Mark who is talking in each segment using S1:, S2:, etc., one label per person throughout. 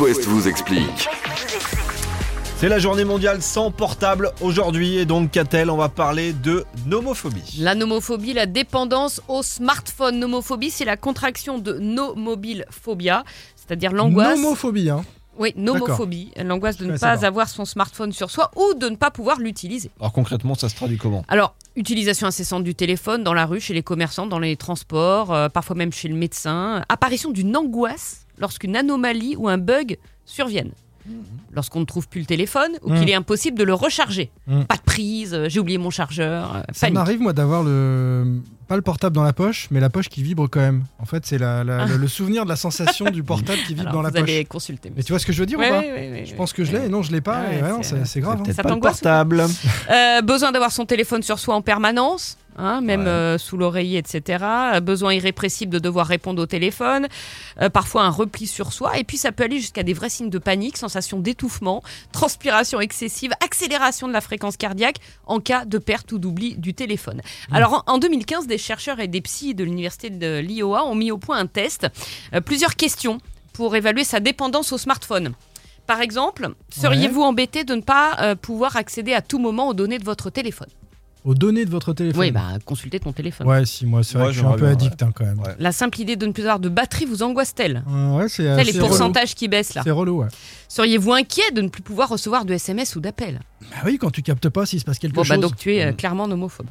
S1: West vous explique.
S2: C'est la journée mondiale sans portable aujourd'hui et donc Catel, on va parler de nomophobie.
S3: La nomophobie, la dépendance au smartphone. Nomophobie, c'est la contraction de no mobile phobia, c'est-à-dire l'angoisse.
S4: Nomophobie, hein.
S3: Oui, nomophobie, l'angoisse de
S4: Je
S3: ne
S4: vais
S3: pas
S4: savoir.
S3: avoir son smartphone sur soi ou de ne pas pouvoir l'utiliser.
S2: Alors concrètement, ça se traduit comment
S3: Alors, utilisation incessante du téléphone dans la rue, chez les commerçants, dans les transports, euh, parfois même chez le médecin. Apparition d'une angoisse lorsqu'une anomalie ou un bug surviennent.
S4: Mmh.
S3: Lorsqu'on ne trouve plus le téléphone ou
S4: Mhm.
S3: qu'il est impossible de le recharger.
S4: Mhm.
S3: Pas de prise, euh, j'ai oublié mon chargeur, euh,
S4: Ça
S3: panique.
S4: m'arrive, moi, d'avoir le. Pas le portable dans la poche, mais la poche qui vibre quand même. En fait, c'est la- la- le, le souvenir de la sensation du portable qui vibre
S3: Ah. Alors,
S4: dans la
S3: vous
S4: poche.
S3: allez consulter.
S4: Mais tu vois ce que je veux dire
S3: Ouais,
S4: ou pas
S3: ouais, ouais, ouais,
S4: Je
S3: ouais.
S4: pense que je l'ai, et non, je l'ai pas,
S3: Ouais,
S4: et ouais, non,
S3: c'est-
S4: c'est c'est grave. hein.
S2: Peut-être
S3: Ça
S2: pas le
S3: t'angoisse
S2: portable.
S3: Euh, besoin d'avoir son téléphone sur soi en permanence, hein, même
S2: Ouais.
S3: euh, sous l'oreiller, etc. Euh, Besoin irrépressible de devoir répondre au téléphone. Euh, parfois un repli sur soi. Et puis ça peut aller jusqu'à des vrais signes de panique, sensation d'étouffement, transpiration excessive, accélération de la fréquence cardiaque en cas de perte ou d'oubli du téléphone. Alors en, en 2015, des chercheurs et des psys de l'université de l'Iowa ont mis au point un test, euh, plusieurs questions pour évaluer sa dépendance au smartphone. Par exemple, seriez-vous embêté de ne pas euh, pouvoir accéder à tout moment aux données de votre téléphone
S4: Aux données de votre téléphone.
S3: Oui, bah consultez ton téléphone.
S4: Ouais, si, moi, c'est vrai
S2: Moi,
S4: que je suis un
S2: j'aimerais
S4: peu
S2: bien,
S4: addict hein, quand même.
S2: Ouais.
S3: La simple idée de ne plus avoir de batterie vous angoisse-t-elle
S4: Euh, Ouais,
S3: Tu
S4: c'est
S3: sais, Les
S4: c'est relou.
S3: pourcentages qui baissent là.
S4: C'est relou, ouais.
S3: Seriez-vous inquiet de ne plus pouvoir recevoir de SMS ou d'appels
S4: Bah oui, quand tu captes pas, s'il se passe quelque
S3: Bon, bah
S4: chose.
S3: donc tu es euh, clairement homophobe.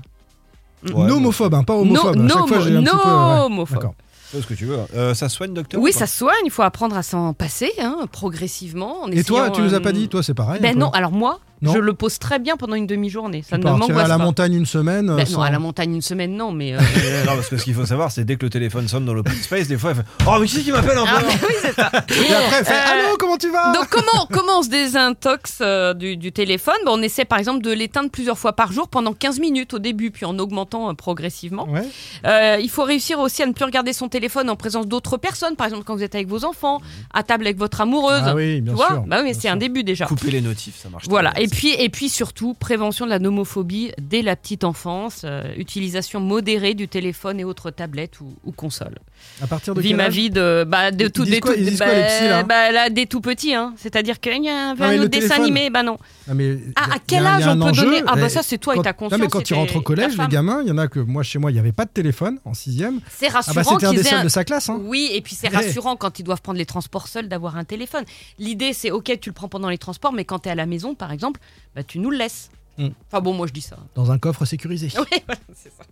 S2: Ouais,
S4: Nomophobe, hein, pas
S3: No-
S4: homophobe. à chaque fois, j'ai un
S3: no-
S4: petit peu, ouais.
S3: homophobe.
S4: D'accord.
S2: Fais ce que tu veux. Euh, ça soigne, docteur
S3: Oui,
S2: ou
S3: ça
S2: pas
S3: se soigne, il faut apprendre à s'en passer hein, progressivement. En
S4: Et toi,
S3: essayant,
S4: tu nous as
S3: euh,
S4: pas dit, toi, c'est pareil.
S3: Ben
S4: toi.
S3: non, alors moi,
S4: Non.
S3: je le pose très bien pendant une demi-journée. Ça
S4: Tu
S3: ne
S4: partirais
S3: m'angoisse
S4: à la
S3: pas.
S4: montagne une semaine. euh,
S3: Ben non,
S4: sans-
S3: à la montagne une semaine, non, mais. euh,
S2: Euh, Non, parce que ce qu'il faut savoir, c'est dès que le téléphone sonne dans l'open space, des fois, elle fait Oh, mais qui c'est qui m'appelle en
S3: ah,
S2: plein
S3: mais oui, c'est ça.
S4: Et après, elle fait
S3: Euh,
S4: Allô, comment tu vas
S3: Donc comment, comment on se désintoxe euh, du, du téléphone Bon, On essaie par exemple de l'éteindre plusieurs fois par jour pendant 15 minutes au début, puis en augmentant euh, progressivement.
S4: Ouais.
S3: Euh, il faut réussir aussi à ne plus regarder son téléphone en présence d'autres personnes, par exemple quand vous êtes avec vos enfants, à table avec votre amoureuse.
S4: Ah oui,
S3: tu
S4: bien
S3: vois Bah
S4: sûr.
S3: oui, mais
S4: bien
S3: c'est un
S4: sûr.
S3: début déjà.
S2: Couper les notifs, ça marche. très
S3: Voilà,
S2: bien,
S3: et
S2: ça.
S3: puis, et puis surtout, prévention de la nomophobie dès la petite enfance, euh, utilisation modérée du téléphone et autres tablettes ou, ou consoles.
S4: À partir de
S3: Vie
S4: quel
S3: ma
S4: âge
S3: vie de, bah, de
S4: Ils
S3: tout,
S4: disent
S3: des
S4: quoi-
S3: tout-
S4: ils disent
S3: bah,
S4: quoi, les psys, là Ah,
S3: bah, là, des tout petits, hein. c'est-à-dire qu'il y a un,
S4: mais
S3: un
S4: le
S3: autre dessin
S4: téléphone.
S3: animé, bah non.
S4: Non, mais
S3: Ah,
S4: y a-
S3: à quel
S4: y a-
S3: âge
S4: y a
S3: on
S4: un
S3: peut
S4: enjeu,
S3: donner Ah,
S4: et
S3: bah ça, c'est toi et
S4: quand-
S3: ta
S4: Non,
S3: conscience
S4: mais
S3: et
S4: quand
S3: tes-
S4: ils rentrent au
S3: ta
S4: collège, les
S3: femme.
S4: gamins, il y en a que moi, chez moi, il n'y avait pas de téléphone en 6ème.
S3: C'est
S4: Ah bah
S3: rassurant
S4: c'était un
S3: qu'ils
S4: des
S3: aient
S4: seuls
S3: un-
S4: de sa classe. Hein.
S3: Oui, et puis c'est
S4: Ouais.
S3: rassurant quand ils doivent prendre les transports seuls d'avoir un téléphone. L'idée, c'est ok, tu le prends pendant les transports, mais quand tu es à la maison, par exemple, bah, tu nous le laisses.
S4: Mm.
S3: Enfin bon, moi je dis ça.
S4: Dans un coffre sécurisé.
S3: Ouais, voilà, c'est ça.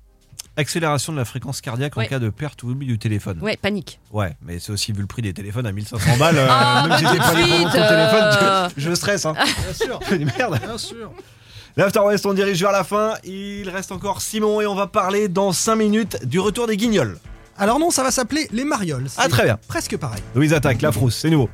S2: Accélération de la fréquence cardiaque en
S3: Ouais.
S2: cas de perte ou oubli du téléphone.
S3: Ouais, panique.
S2: Ouais, mais c'est aussi vu le prix des téléphones à 1500 balles. euh,
S3: Ah,
S2: même si
S3: bah,
S2: j'ai
S3: tout de
S2: pas les commandes
S3: suite,
S2: sur le téléphone,
S3: euh.
S2: je, je stresse. Hein.
S4: Bien sûr,
S2: Je fais des merdes.
S4: bien sûr.
S2: L'After West, on dirige vers la fin. Il reste encore Simon et on va parler dans 5 minutes du retour des guignols.
S4: Alors non, ça va s'appeler les marioles.
S2: Ah,
S4: C'est
S2: très bien.
S4: Presque pareil.
S2: Louise attaque, la frousse, c'est nouveau.